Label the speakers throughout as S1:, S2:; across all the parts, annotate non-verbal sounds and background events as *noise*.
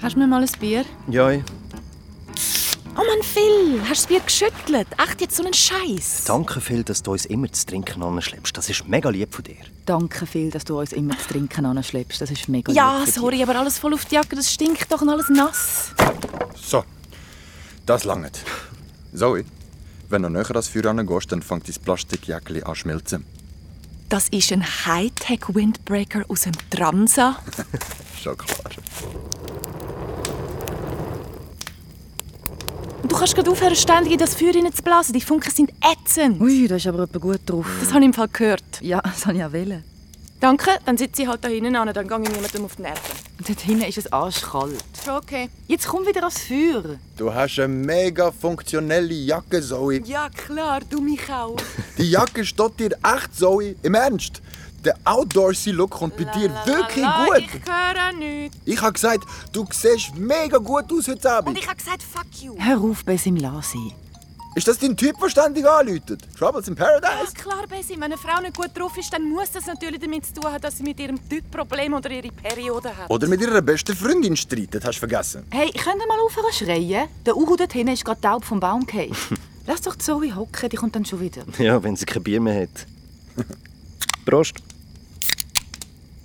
S1: Hast du mir mal ein Bier?
S2: Ja, ja.
S1: Oh Mann, Phil, hast du das Bier geschüttelt? Echt jetzt so einen Scheiß?
S2: danke viel, dass du uns immer zu trinken anschleppst. Das ist mega lieb von dir.
S3: Danke viel, dass du uns immer zu trinken anschleppst. Das ist mega
S1: Ja,
S3: lieb von dir.
S1: sorry, aber alles voll auf die Jacke, das stinkt doch und alles nass.
S4: So, das langt. Zoe, wenn du näher ans Feuer herangehst, dann fängt dein Plastikjäckchen an zu schmelzen.
S1: Das ist ein Hightech-Windbreaker aus dem Transa.
S4: Schon klar.
S1: Und du kannst gerade aufhören, ständig in das Feuer reinzublasen. Die Funken sind ätzend.
S3: Ui, da ist aber jemand gut drauf.
S1: Das habe ich im Fall gehört.
S3: Ja, *laughs* das habe ich auch wollen.
S1: Danke, dann sitze ich halt da hinten an, dann gehe ich niemandem auf die Nerven.
S3: Und dort hinten ist es arschkalt.
S1: Ist schon okay.
S3: Jetzt komm wieder ans Feuer.
S4: Du hast eine mega funktionelle Jacke, Zoe.
S1: Ja, klar, du mich auch.
S4: Die Jacke steht dir echt, Zoe. Im Ernst. Der outdoorsy Look kommt bei dir wirklich gut.
S1: Ich höre nichts.
S4: Ich habe gesagt, du siehst mega gut aus heute
S1: Und
S4: Abend.
S1: ich habe gesagt, fuck you.
S3: Hör auf, bis im Lasi.
S4: Ist das dein Typ, der ständig anläutet? Troubles in
S1: Ja,
S4: Paradise?
S1: klar, Bessie, wenn eine Frau nicht gut drauf ist, dann muss das natürlich damit zu tun haben, dass sie mit ihrem Typ Probleme oder ihre Periode hat.
S4: Oder mit ihrer besten Freundin streitet, hast du vergessen?
S3: Hey, könnt ihr mal aufhören zu schreien? Der Uhu dort hinten ist gerade taub vom Baum gefallen. *laughs* Lass doch die Zoe hocken, die kommt dann schon wieder.
S2: *laughs* Ja, wenn sie kein Bier mehr *laughs* hat. Prost.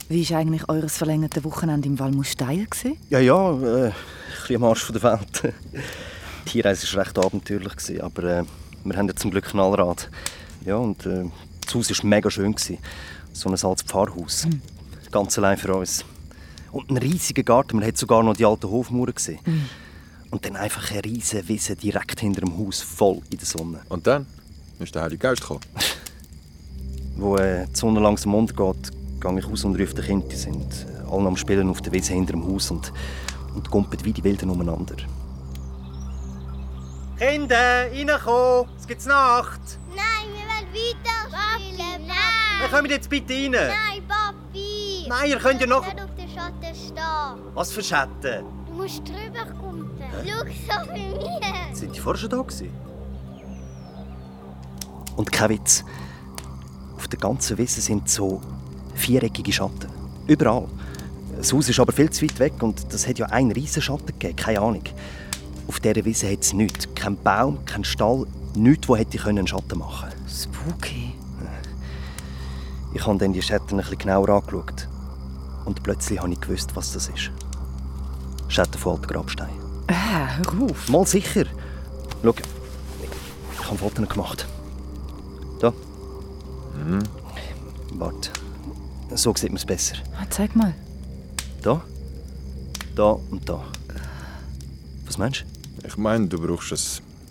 S3: Wie war eigentlich euer verlängerte Wochenende im Walmusteil?
S2: Ja, ja, äh, ein bisschen am Arsch von der Welt. *laughs* Die Tierreise war recht abenteuerlich, gewesen, aber äh, wir haben ja zum Glück Knallrad. Ja, und äh, das Haus war mega schön. Gewesen. So ein altes Pfarrhaus. Ganz allein für uns. Und einen riesigen Garten. Man hat sogar noch die alten Hofmauern gesehen. Und dann einfach eine riesige Wiese direkt hinter dem Haus, voll in der Sonne.
S4: Und dann ist der Heilige Geist gekommen.
S2: Wo äh, die Sonne langsam untergeht, gehe ich raus und rufe die Kinder. Die sind äh, alle am Spielen auf der Wiese hinter dem Haus und, und gumpen wie die Wilden umeinander.
S5: Kinder, reinkommen! Es gibt Nacht!
S6: Nein, wir wollen weiter spielen.
S5: Wir
S6: Nein.
S5: kommen jetzt bitte rein!
S6: Nein, Papi.
S5: Nein, ihr könnt ja noch-
S6: Wir müssen auf den Schatten stehen.
S5: Was für Schatten?
S6: Du musst drüber kommen. Schau so wie mir.
S2: Sind die vorher schon da gewesen? Und kein Witz. Auf der ganzen Wiese sind so viereckige Schatten. Überall. Das Haus ist aber viel zu weit weg und das hat ja einen riesen Schatten gegeben, keine Ahnung. Auf dieser Wiese hat es nichts. Kein Baum, kein Stall, nichts, wo hätte ich einen Schatten machen können.
S3: Spooky.
S2: Ich habe dann die Schatten ein bisschen genauer angeschaut. Und plötzlich habe ich gewusst, was das ist. Schatten von alten Grabstein.
S3: Äh, hör auf.
S2: Mal sicher. Schau, ich habe Fotos gemacht. Da. Warte. So sieht man es besser.
S3: Ah, zeig mal.
S2: Da. Da und da. Was meinst du?
S4: Ich meine, du brauchst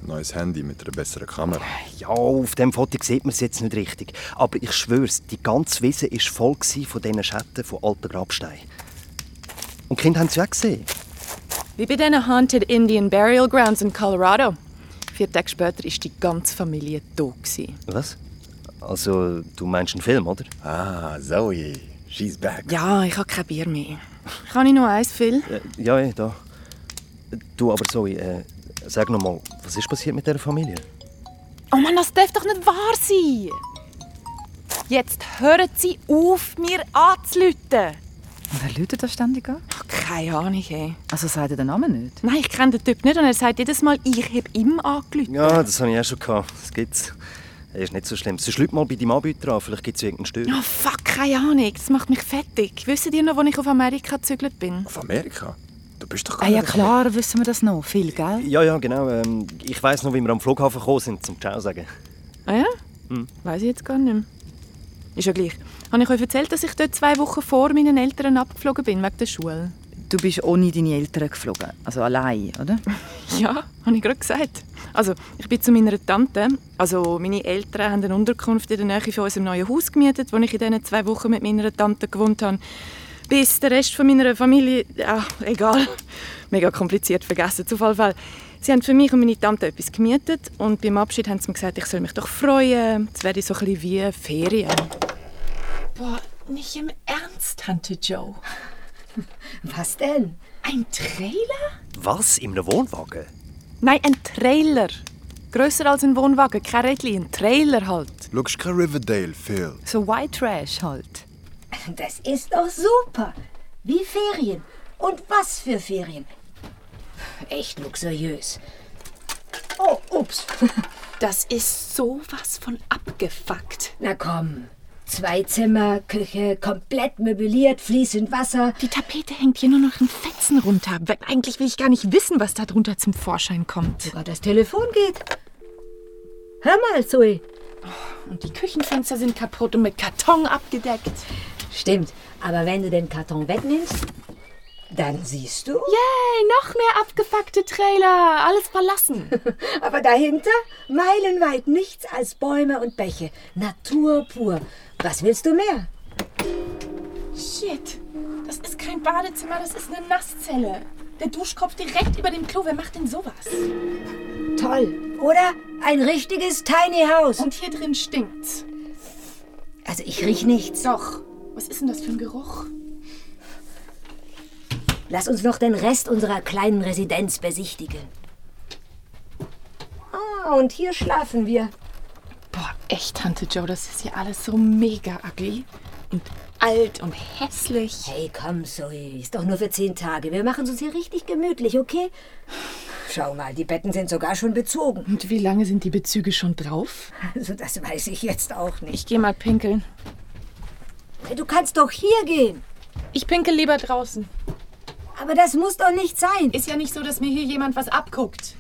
S4: ein neues Handy mit einer besseren Kamera.
S2: Ja, auf dem Foto sieht man es jetzt nicht richtig. Aber ich schwör's, die ganze Wiese war voll gewesen von diesen Schatten von alten Grabsteinen. Und die Kinder haben sie auch gesehen.
S1: Wie bei diesen Haunted Indian Burial Grounds in Colorado. Vier Tage später war die ganze Familie tot.
S2: Was? Also, du meinst einen Film, oder?
S4: Ah, Zoe, she's back.
S1: Ja, ich habe kein Bier mehr. Kann ich noch eins, Phil?
S2: Äh, ja, ja, da. Du, aber Zoe, äh, sag noch mal, was ist passiert mit dieser Familie?
S1: Oh Mann, das darf doch nicht wahr sein! Jetzt hören Sie auf, mir anzulüten!
S3: Und wer läutet da ständig an?
S1: Ach, keine Ahnung, ey.
S3: Also sagt er den Namen nicht.
S1: Nein, ich kenne den Typ nicht und er sagt jedes Mal, ich habe ihm angelüht.
S2: Ja, das habe ich auch schon gehabt. Das gibt's. Äh, Ist nicht so schlimm. Sonst Leute mal bei deinem Anbieter an, vielleicht gibt es irgendeinen Stör.
S1: Oh fuck, keine Ahnung, das macht mich fertig. Wisst ihr noch, wo ich auf Amerika gezügelt bin?
S4: Auf Amerika? Du bist doch
S3: Ah,
S4: gar
S3: ja
S4: nicht-
S3: klar, wissen wir das noch. Viel, gell?
S2: Ja, ja, genau. Ähm, ich weiss noch, wie wir am Flughafen gekommen sind, zum Ciao sagen.
S1: Ah ja? Weiß ich jetzt gar nicht mehr. Ist ja gleich. Habe ich euch erzählt, dass ich dort zwei Wochen vor meinen Eltern abgeflogen bin, wegen der Schule?
S3: Du bist ohne deine Eltern geflogen. Also allein, oder?
S1: *laughs* Ja, habe ich gerade gesagt. Also, ich bin zu meiner Tante. Also, meine Eltern haben eine Unterkunft in der Nähe von unserem neuen Haus gemietet, wo ich in diesen zwei Wochen mit meiner Tante gewohnt habe. Bis der Rest von meiner Familie... Ja, egal. *laughs* Mega kompliziert, vergessen. Auf jeden Fall. Sie haben für mich und meine Tante etwas gemietet und beim Abschied haben sie mir gesagt, ich soll mich doch freuen. Es wäre so ein bisschen wie Ferien.
S7: Boah, nicht im Ernst, Tante Joe.
S8: Was denn?
S7: Ein Trailer?
S2: Was? In einem Wohnwagen?
S1: Nein, ein Trailer. Grösser als ein Wohnwagen, kein Rädchen, ein Trailer halt.
S4: Schaust kein Riverdale, Phil?
S3: So White Trash halt.
S8: Das ist doch super. Wie Ferien. Und was für Ferien? echt luxuriös. Oh, ups. *laughs*
S9: Das ist sowas von abgefuckt.
S8: Na komm. Zwei Zimmer, Küche, komplett möbliert, fließend Wasser.
S9: Die Tapete hängt hier nur noch in Fetzen runter. We- Eigentlich will ich gar nicht wissen, was da drunter zum Vorschein kommt.
S8: Sogar das Telefon geht. Hör mal, Zoe.
S9: Und die Küchenfenster sind kaputt und mit Karton abgedeckt.
S8: Stimmt, aber wenn du den Karton wegnimmst, dann siehst du.
S9: Yay, noch mehr abgefuckte Trailer. Alles verlassen.
S8: *laughs* Aber dahinter meilenweit nichts als Bäume und Bäche. Natur pur. Was willst du mehr?
S9: Shit. Das ist kein Badezimmer, das ist eine Nasszelle. Der Duschkopf direkt über dem Klo. Wer macht denn sowas?
S8: Toll, oder? Ein richtiges Tiny House.
S9: Und hier drin stinkt's.
S8: Also ich riech nichts.
S9: Doch. Was ist denn das für ein Geruch?
S8: Lass uns noch den Rest unserer kleinen Residenz besichtigen. Ah, und hier schlafen wir.
S9: Boah, echt, Tante Joe, das ist hier alles so mega ugly. Und alt und hässlich.
S8: Hey, komm, Zoe, ist doch nur für zehn Tage. Wir machen uns hier richtig gemütlich, okay? Schau mal, die Betten sind sogar schon bezogen.
S9: Und wie lange sind die Bezüge schon drauf?
S8: Also das weiß ich jetzt auch nicht.
S9: Ich gehe mal pinkeln.
S8: Du kannst doch hier gehen.
S9: Ich pinkel lieber draußen.
S8: Aber das muss doch nicht sein.
S9: Ist ja nicht so, dass mir hier jemand was abguckt.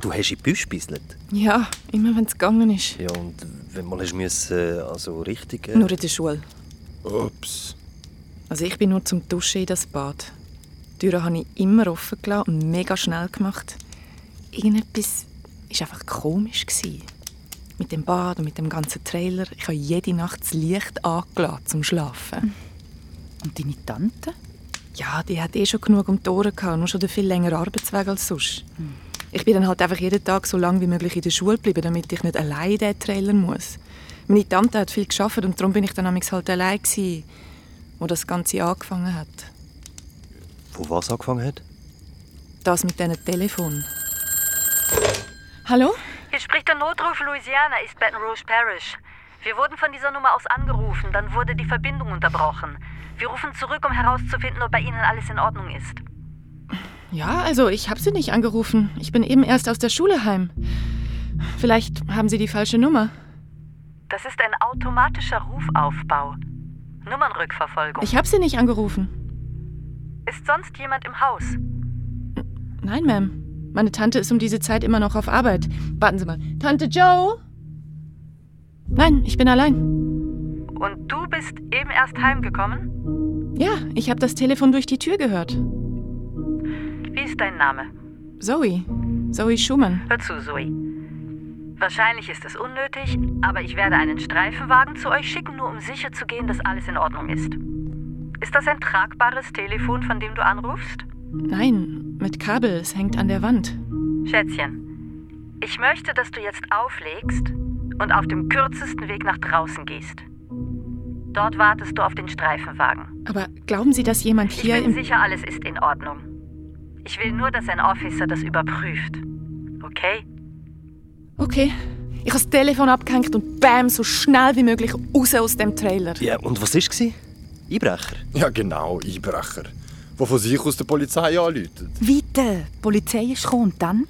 S2: Du hast in Büsch gebisselt.
S1: Ja, immer wenn es gegangen ist.
S2: Ja, und wenn mal hast müssen, äh, also richtig... Äh,
S1: Nur in der Schule.
S4: Ups.
S1: Also ich bin nur zum Duschen in das Bad. Die Türen habe ich immer offen gelassen und mega schnell gemacht. Irgendetwas war einfach komisch. Gewesen. Mit dem Bad und mit dem ganzen Trailer. Ich habe jede Nacht das Licht angelassen zum Schlafen.
S3: Und deine Tante?
S1: Ja, die hat eh schon genug um die Ohren gehabt, nur schon den viel längeren Arbeitsweg als sonst. Ich bin dann halt einfach jeden Tag so lange wie möglich in der Schule geblieben, damit ich nicht allein diesen Trailer muss. Meine Tante hat viel geschafft und darum bin ich dann amigs halt allein gewesen, wo das Ganze angefangen hat.
S2: Wo was angefangen hat?
S1: Das mit diesen Telefon. Hallo?
S10: Hier spricht der Notruf Louisiana, East Baton Rouge Parish. Wir wurden von dieser Nummer aus angerufen, dann wurde die Verbindung unterbrochen. Wir rufen zurück, um herauszufinden, ob bei Ihnen alles in Ordnung ist.
S1: Ja, also ich habe Sie nicht angerufen. Ich bin eben erst aus der Schule heim. Vielleicht haben Sie die falsche Nummer.
S10: Das ist ein automatischer Rufaufbau. Nummernrückverfolgung.
S1: Ich habe Sie nicht angerufen.
S10: ist sonst jemand im Haus?
S1: Nein, Ma'am. Meine Tante ist um diese Zeit immer noch auf Arbeit. Warten Sie mal. Tante Joe? Nein, ich bin allein.
S10: Und du bist eben erst heimgekommen?
S1: Ja, ich habe das Telefon durch die Tür gehört.
S10: Wie ist dein Name?
S1: Zoe. Zoe Schumann.
S10: Hör zu, Zoe. Wahrscheinlich ist es unnötig, aber ich werde einen Streifenwagen zu euch schicken, nur um sicher zu gehen, dass alles in Ordnung ist. Ist das ein tragbares Telefon, von dem du anrufst?
S1: Nein, mit Kabel. Es hängt an der Wand.
S10: Schätzchen, ich möchte, dass du jetzt auflegst und auf dem kürzesten Weg nach draußen gehst. Dort wartest du auf den Streifenwagen.
S1: Aber glauben Sie, dass jemand
S10: Ich
S1: hier
S10: bin
S1: im...
S10: sicher, alles ist in Ordnung. Ich will nur, dass ein Officer das überprüft. Okay?
S1: Okay. Ich habe das Telefon abgehängt und bam, so schnell wie möglich raus aus dem Trailer.
S2: Ja, und was war es? Einbrecher?
S4: Ja genau, Einbrecher. Die von sich aus der Polizei anläutet.
S3: Weiter, die Polizei ist gekommen und dann?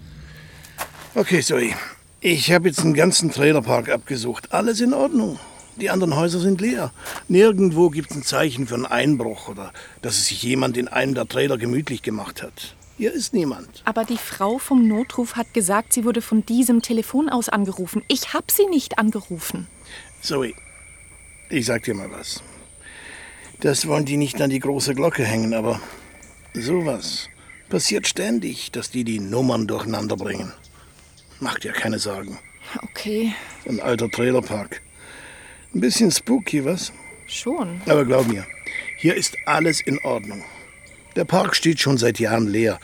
S11: Okay, Zoe. Ich habe jetzt den ganzen Trailerpark abgesucht. Alles in Ordnung. Die anderen Häuser sind leer. Nirgendwo gibt es ein Zeichen für einen Einbruch oder dass es sich jemand in einem der Trailer gemütlich gemacht hat. Hier ist niemand.
S1: Aber die Frau vom Notruf hat gesagt, sie wurde von diesem Telefon aus angerufen. Ich habe sie nicht angerufen.
S11: Zoe, ich sag dir mal was. Das wollen die nicht an die große Glocke hängen, aber sowas passiert ständig, dass die die Nummern durcheinander bringen. Mach dir keine Sorgen.
S1: Okay,
S11: Ein alter Trailerpark. Ein bisschen spooky, was?
S1: schon.
S11: Aber glaub mir, hier ist alles in Ordnung. Der Park steht schon seit Jahren leer.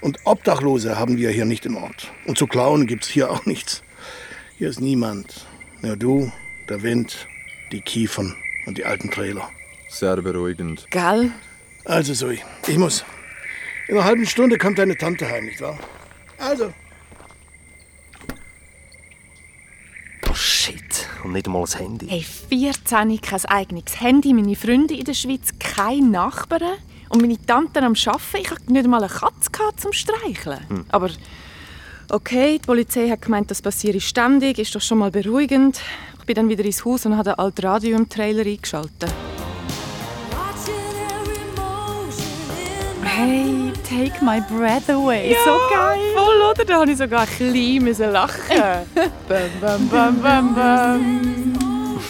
S11: Und Obdachlose haben wir hier nicht im Ort. Und zu klauen gibt's hier auch nichts. Hier ist niemand. Nur du, der Wind, die Kiefern und die alten Trailer.
S4: Sehr beruhigend.
S1: Gell?
S11: Also Zoe, ich muss. In einer halben Stunde kommt deine Tante heim, nicht wahr? Also,
S2: Oh shit, und nicht einmal das Handy.
S1: Hey, 14, kein eigenes Handy, meine Freunde in der Schweiz, keine Nachbarn, Und meine Tante am Arbeiten, ich hatte nicht mal eine Katze gehabt zum Streicheln.
S2: Hm.
S1: Aber okay, die Polizei hat gemeint, das passiere ständig, ist doch schon mal beruhigend. Ich bin dann wieder ins Haus und habe den alten Radio im Trailer eingeschaltet.
S12: Hey, take my breath away.
S1: Ja,
S12: so geil.
S1: Voll, oder? Da habe ich sogar ein bisschen müssen lachen. bam, bam, bam, bam, bam.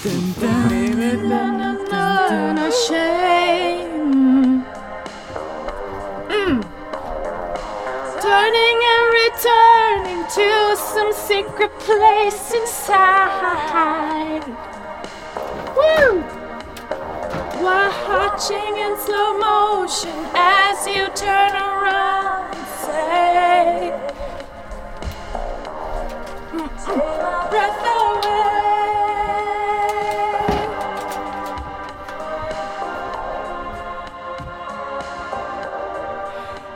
S1: Dun, dun, dun, dun, dun, shame.
S13: Mm. Turning and returning to some secret place inside. Woo! Watching in slow motion as you turn around and say, "Mm, mm, Breath away.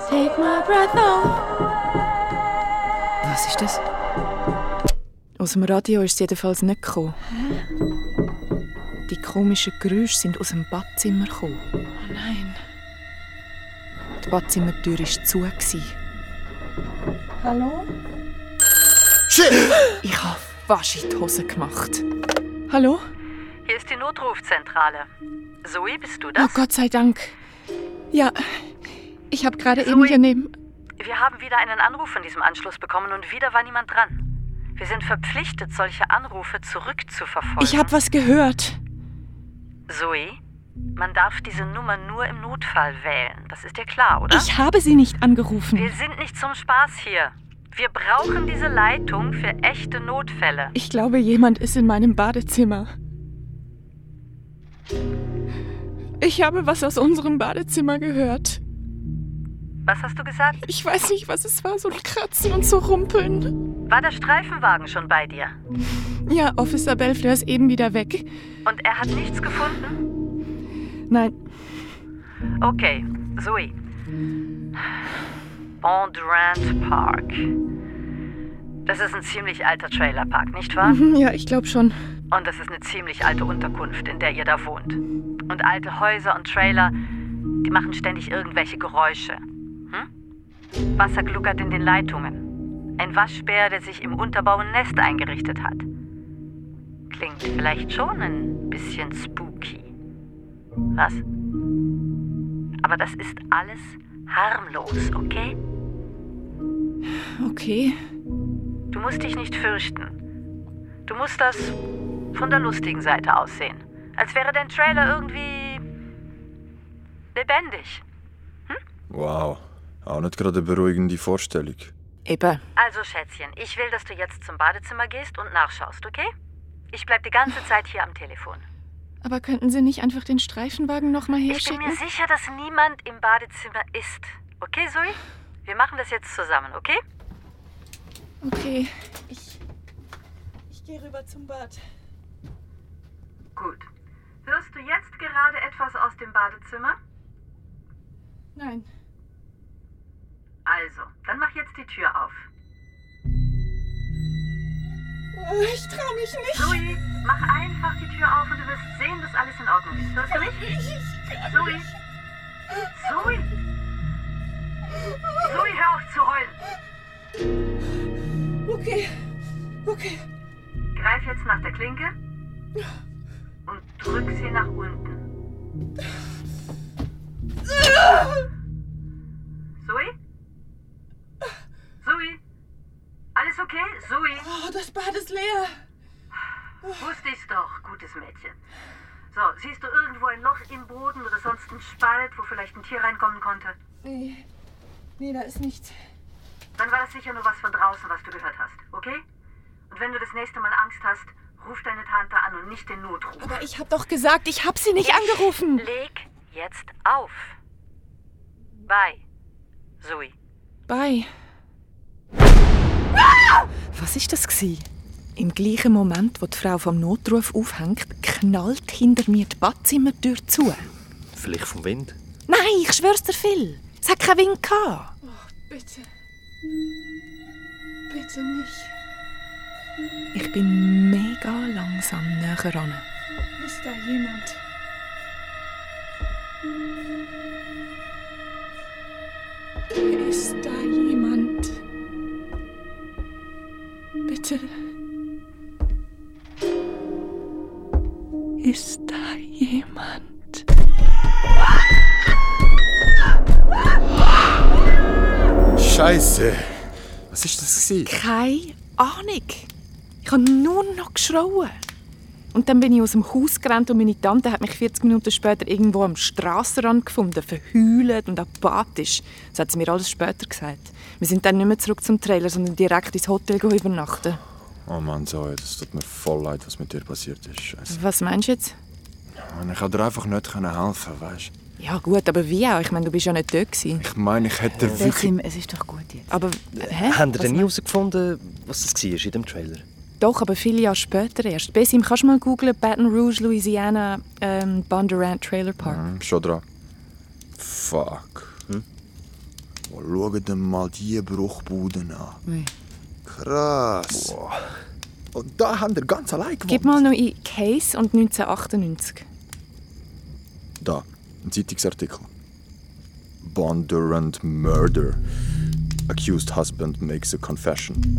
S13: Take my breath away.
S1: Was ist das? Aus dem Radio ist es jedenfalls nicht gekommen. Die komischen Geräusche sind aus dem Badzimmer gekommen.
S14: Oh nein.
S1: Die Badzimmertür war zu. Gewesen.
S14: Hallo?
S1: Shit! Ich habe fast in die Hose gemacht. Hallo?
S10: Hier ist die Notrufzentrale. Zoe, bist du das?
S1: Oh Gott sei Dank. Ja, ich habe gerade eben hier neben...
S10: Wir haben wieder einen Anruf von diesem Anschluss bekommen und wieder war niemand dran. Wir sind verpflichtet, solche Anrufe zurückzuverfolgen.
S1: Ich habe was gehört.
S10: Zoe, man darf diese Nummer nur im Notfall wählen. Das ist dir klar, oder?
S1: Ich habe sie nicht angerufen.
S10: Wir sind nicht zum Spaß hier. Wir brauchen diese Leitung für echte Notfälle.
S1: Ich glaube, jemand ist in meinem Badezimmer. Ich habe was aus unserem Badezimmer gehört.
S10: Was hast du gesagt?
S1: Ich weiß nicht, was es war, so ein Kratzen und so Rumpeln.
S10: War der Streifenwagen schon bei dir?
S1: Ja, Officer Belfleur ist eben wieder weg.
S10: Und er hat nichts gefunden?
S1: Nein,
S10: Okay, Zoe. Bondurant Park. Das ist ein ziemlich alter Trailerpark, nicht wahr?
S1: Mhm, ja, ich glaube schon.
S10: Und das ist eine ziemlich alte Unterkunft, in der ihr da wohnt. Und alte Häuser und Trailer, die machen ständig irgendwelche Geräusche. Hm? Wasser gluckert in den Leitungen. Ein Waschbär, der sich im Unterbau ein Nest eingerichtet hat. Klingt vielleicht schon ein bisschen spooky. Was? Aber das ist alles harmlos, okay?
S1: Okay.
S10: Du musst dich nicht fürchten. Du musst das von der lustigen Seite aussehen. Als wäre dein Trailer irgendwie lebendig.
S4: Wow, auch nicht gerade eine beruhigende Vorstellung.
S10: Eben. Also, Schätzchen, ich will, dass du jetzt zum Badezimmer gehst und nachschaust, okay? Ich bleib die ganze Zeit hier am Telefon.
S1: Aber könnten Sie nicht einfach den Streifenwagen nochmal
S10: Ich bin
S1: herschicken?
S10: mir sicher, dass niemand im Badezimmer ist. Okay, Zoe? Wir machen das jetzt zusammen, okay?
S1: Okay, ich. Ich gehe rüber zum Bad.
S10: Gut. Hörst du jetzt gerade etwas aus dem Badezimmer?
S1: Nein.
S10: Also, dann mach jetzt die Tür auf.
S1: Äh, Ich trau mich nicht.
S10: Zoe, mach einfach die Tür auf und du wirst sehen, dass alles in Ordnung ist. Hörst du mich? Zoe? Zoe? Zoe, hör auf zu heulen.
S1: Okay. Okay.
S10: Greif jetzt nach der Klinke und drück sie nach unten. Zoe? Zoe? Alles okay? Zoe?
S1: Oh, das Bad ist leer.
S10: Wusste ich's doch, gutes Mädchen. So, siehst du irgendwo ein Loch im Boden oder sonst einen Spalt, wo vielleicht ein Tier reinkommen konnte?
S1: Nee. Nee, da ist nichts.
S10: Dann war das sicher nur was von draußen, was du gehört hast, okay? Und wenn du das nächste Mal Angst hast, ruf deine Tante an und nicht den Notruf.
S1: Aber ich hab doch gesagt, ich hab sie nicht angerufen.
S10: Leg jetzt auf. Bye, Zoe.
S1: Bye. Was ist das gsi? Im gleichen Moment, wo die Frau vom Notruf aufhängt, knallt hinter mir die Badzimmertür zu.
S2: Vielleicht vom Wind.
S1: Nein, ich schwör's dir, Phil. Es hat keinen Wind gehabt.
S14: Bitte. Bitte nicht.
S1: Ich bin mega langsam näher ran.
S14: Ist da jemand?
S15: Ist da jemand? Bitte. Ist da jemand?
S4: Scheiße. Was ist das? Gewesen?
S1: Keine Ahnung. Ich habe nur noch geschrauen. Und dann bin ich aus dem Haus gerannt und meine Tante hat mich 40 Minuten später irgendwo am Strassenrand gefunden, verheult und apathisch. Das hat sie mir alles später gesagt. Wir sind dann nicht mehr zurück zum Trailer, sondern direkt ins Hotel gehen übernachten.
S4: Oh Mann, Zoe, das tut mir voll leid, was mit dir passiert ist. Scheiße.
S1: Was meinst du jetzt?
S4: Mann, ich konnte dir einfach nicht helfen, weißt du?
S1: Ja gut, aber wie auch? Ich meine, du bist ja nicht dort. Gewesen.
S4: Ich meine, ich hätte dir wirklich...
S1: es ist doch gut jetzt. Aber, hä?
S2: Haben ihr
S1: Was
S2: denn nie herausgefunden, was das war in dem Trailer?
S1: Doch, aber viele Jahre später erst. Besim, kannst du mal googlen Baton Rouge, Louisiana, ähm, Bondurant Trailer
S2: Oh,
S1: Park?
S4: Hm, Schon dran. Fuck. Hm? Oh, schau dir mal diese Bruchbuden an. Krass. Und da haben wir ganz allein gewohnt.
S1: Gib mal noch in Case und 1998.
S4: Da, ein Zeitungsartikel. Bondurant Murder. Accused husband makes a confession.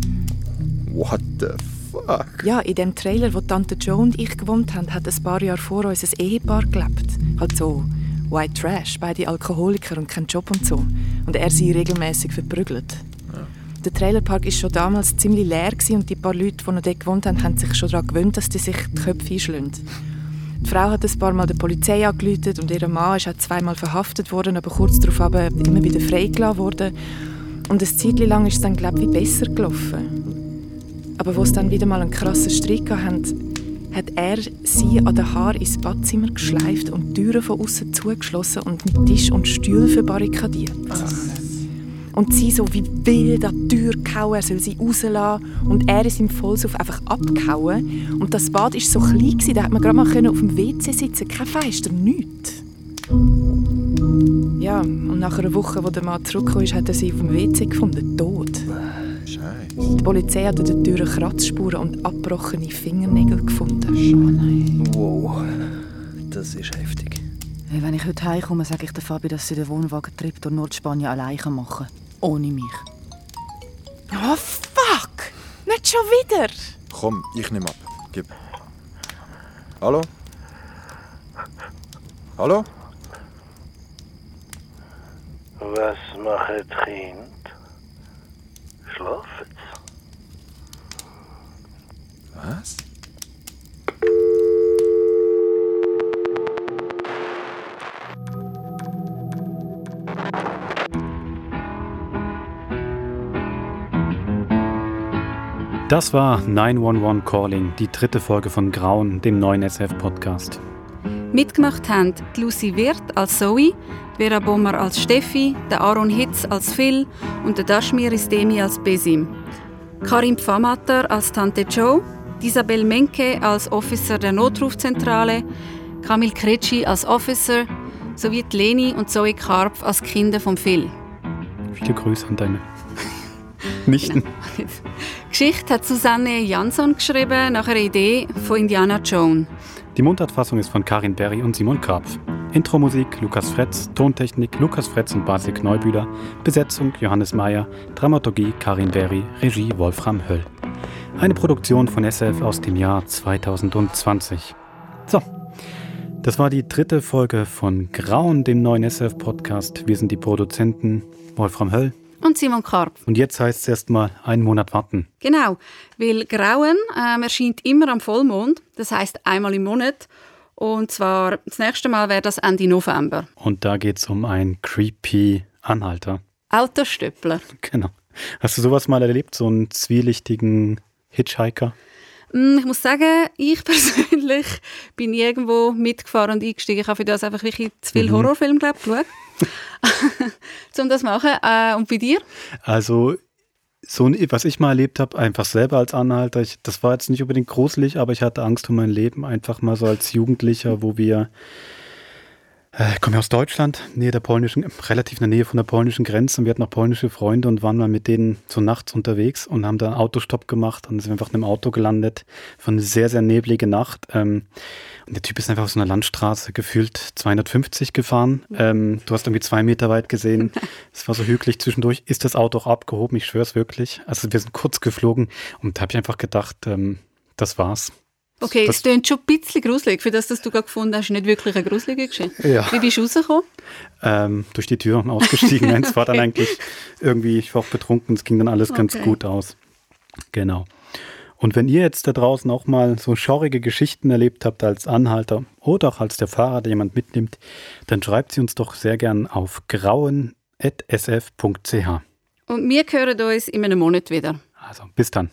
S4: What the fuck?
S1: Ja, in dem Trailer, wo Tante Jo und ich gewohnt haben, hat ein paar Jahre vor uns ein Ehepaar gelebt. Halt so White Trash, beide Alkoholiker und keinen Job und so. Und er sie regelmäßig verprügelt. Der Trailerpark war schon damals ziemlich leer gewesen und die paar Leute, die noch dort gewohnt haben, haben sich schon daran gewöhnt, dass die sich die Köpfe einschlagen. Die Frau hat ein paar Mal der Polizei angerufen und ihr Mann ist auch zweimal verhaftet worden, aber kurz darauf aber immer wieder freigelassen worden. Und ein Zeit lang ist es dann, glaube ich, wie besser gelaufen. Aber wo es dann wieder mal einen krassen Streit gab, hat er sie an den Haar ins Badzimmer geschleift und die Türen von außen zugeschlossen und mit Tisch und Stuhl verbarrikadiert. Und sie so wie wild an die Tür gehauen, er soll sie rauslassen. Und er ist im Vollsuff einfach abgehauen. Und das Bad war so klein, gewesen, da hat man gerade mal können auf dem WC sitzen Kein Fenster, nichts. Ja, und nach einer Woche, wo der Mann zurückgekommen ist, hat er sie auf dem WC gefunden, tot.
S4: Scheiße.
S1: Die Polizei hat an der Tür Kratzspuren und abgebrochene Fingernägel gefunden.
S2: Wow, das ist heftig.
S3: Hey, wenn ich heute heimkomme, sage ich der Fabi, dass sie den Wohnwagentrip durch Nordspanien alleine machen kann. Ohne mich.
S1: Oh, fuck! Nicht schon wieder!
S4: Komm, ich nehme ab. Gib. Hallo? Hallo?
S16: Was macht das Kind? Schlafen?
S4: Was?
S10: Das war 911 Calling, die dritte Folge von Grauen, dem neuen SF-Podcast.
S17: Mitgemacht haben die Lucy Wirth als Zoe, Vera Bommer als Steffi, der Aaron Hitz als Phil und der Dashmir Istemi als Besim. Karim Pfamatter als Tante Jo, Isabel Menke als Officer der Notrufzentrale, Kamil Kretschi als Officer sowie die Leni und Zoe Karpf als Kinder von Phil.
S10: Viele Grüße an deine Nichten.
S17: Geschichte hat Susanne Jansson geschrieben nach einer Idee von Indiana Jones.
S10: Die Mundartfassung ist von Karin Berry und Simon Karpf. Intromusik Lukas Fretz, Tontechnik Lukas Fretz und Basil Kneubühler, Besetzung Johannes Mayer, Dramaturgie Karin Berry, Regie Wolfram Höll. Eine Produktion von SF aus dem Jahr 2020. So, das war die dritte Folge von Grauen, dem neuen SF-Podcast. Wir sind die Produzenten Wolfram Höll.
S17: Und Simon Karpf.
S10: Und jetzt heißt es erstmal einen Monat warten.
S17: Genau, weil Grauen ähm, erscheint immer am Vollmond, das heißt einmal im Monat. Und zwar, das nächste Mal wäre das Ende November.
S10: Und da geht es um einen creepy Anhalter.
S17: Autostöppler.
S10: Genau. Hast du sowas mal erlebt, so einen zwielichtigen Hitchhiker?
S17: Mm, Ich muss sagen, ich persönlich bin irgendwo mitgefahren und eingestiegen. Ich habe für das einfach wirklich zu viel
S10: Mhm.
S17: Horrorfilm glaub, geschaut, um das zu machen. Äh, und bei dir?
S10: Also, so ein, was ich mal erlebt habe, einfach selber als Anhalter, ich, das war jetzt nicht unbedingt gruselig, aber ich hatte Angst um mein Leben, einfach mal so als Jugendlicher, wo wir Äh, Ich komme ja aus Deutschland, Nähe der polnischen, relativ in der Nähe von der polnischen Grenze und wir hatten auch polnische Freunde und waren mal mit denen so nachts unterwegs und haben da einen Autostopp gemacht und sind einfach in einem Auto gelandet. War eine sehr, sehr neblige Nacht. Ähm, und der Typ ist einfach auf so einer Landstraße gefühlt 250 gefahren.
S17: Mhm.
S10: Ähm, du hast irgendwie zwei Meter
S17: *laughs*
S10: weit gesehen. Es war so hügelig. Zwischendurch ist das Auto auch abgehoben, ich schwör's wirklich. Also wir sind kurz geflogen und da habe ich einfach gedacht, ähm, das war's.
S17: Okay,
S10: Das-
S17: es klingt schon ein bisschen gruselig. Für das, dass du gerade gefunden hast, ist nicht wirklich eine gruselige Geschichte.
S10: Ja.
S17: Wie bist du rausgekommen?
S10: Ähm, durch die Tür und ausgestiegen. Nein, es war dann
S17: Okay.
S10: eigentlich irgendwie, ich war auch betrunken, es ging dann alles ganz
S17: Okay.
S10: gut aus. Genau. Und wenn ihr jetzt da draußen auch mal so schaurige Geschichten erlebt habt als Anhalter oder auch als der Fahrer, der jemand mitnimmt, dann schreibt sie uns doch sehr gern auf grauen.sf.ch.
S17: Und wir hören uns in einem Monat wieder.
S10: Also, bis dann.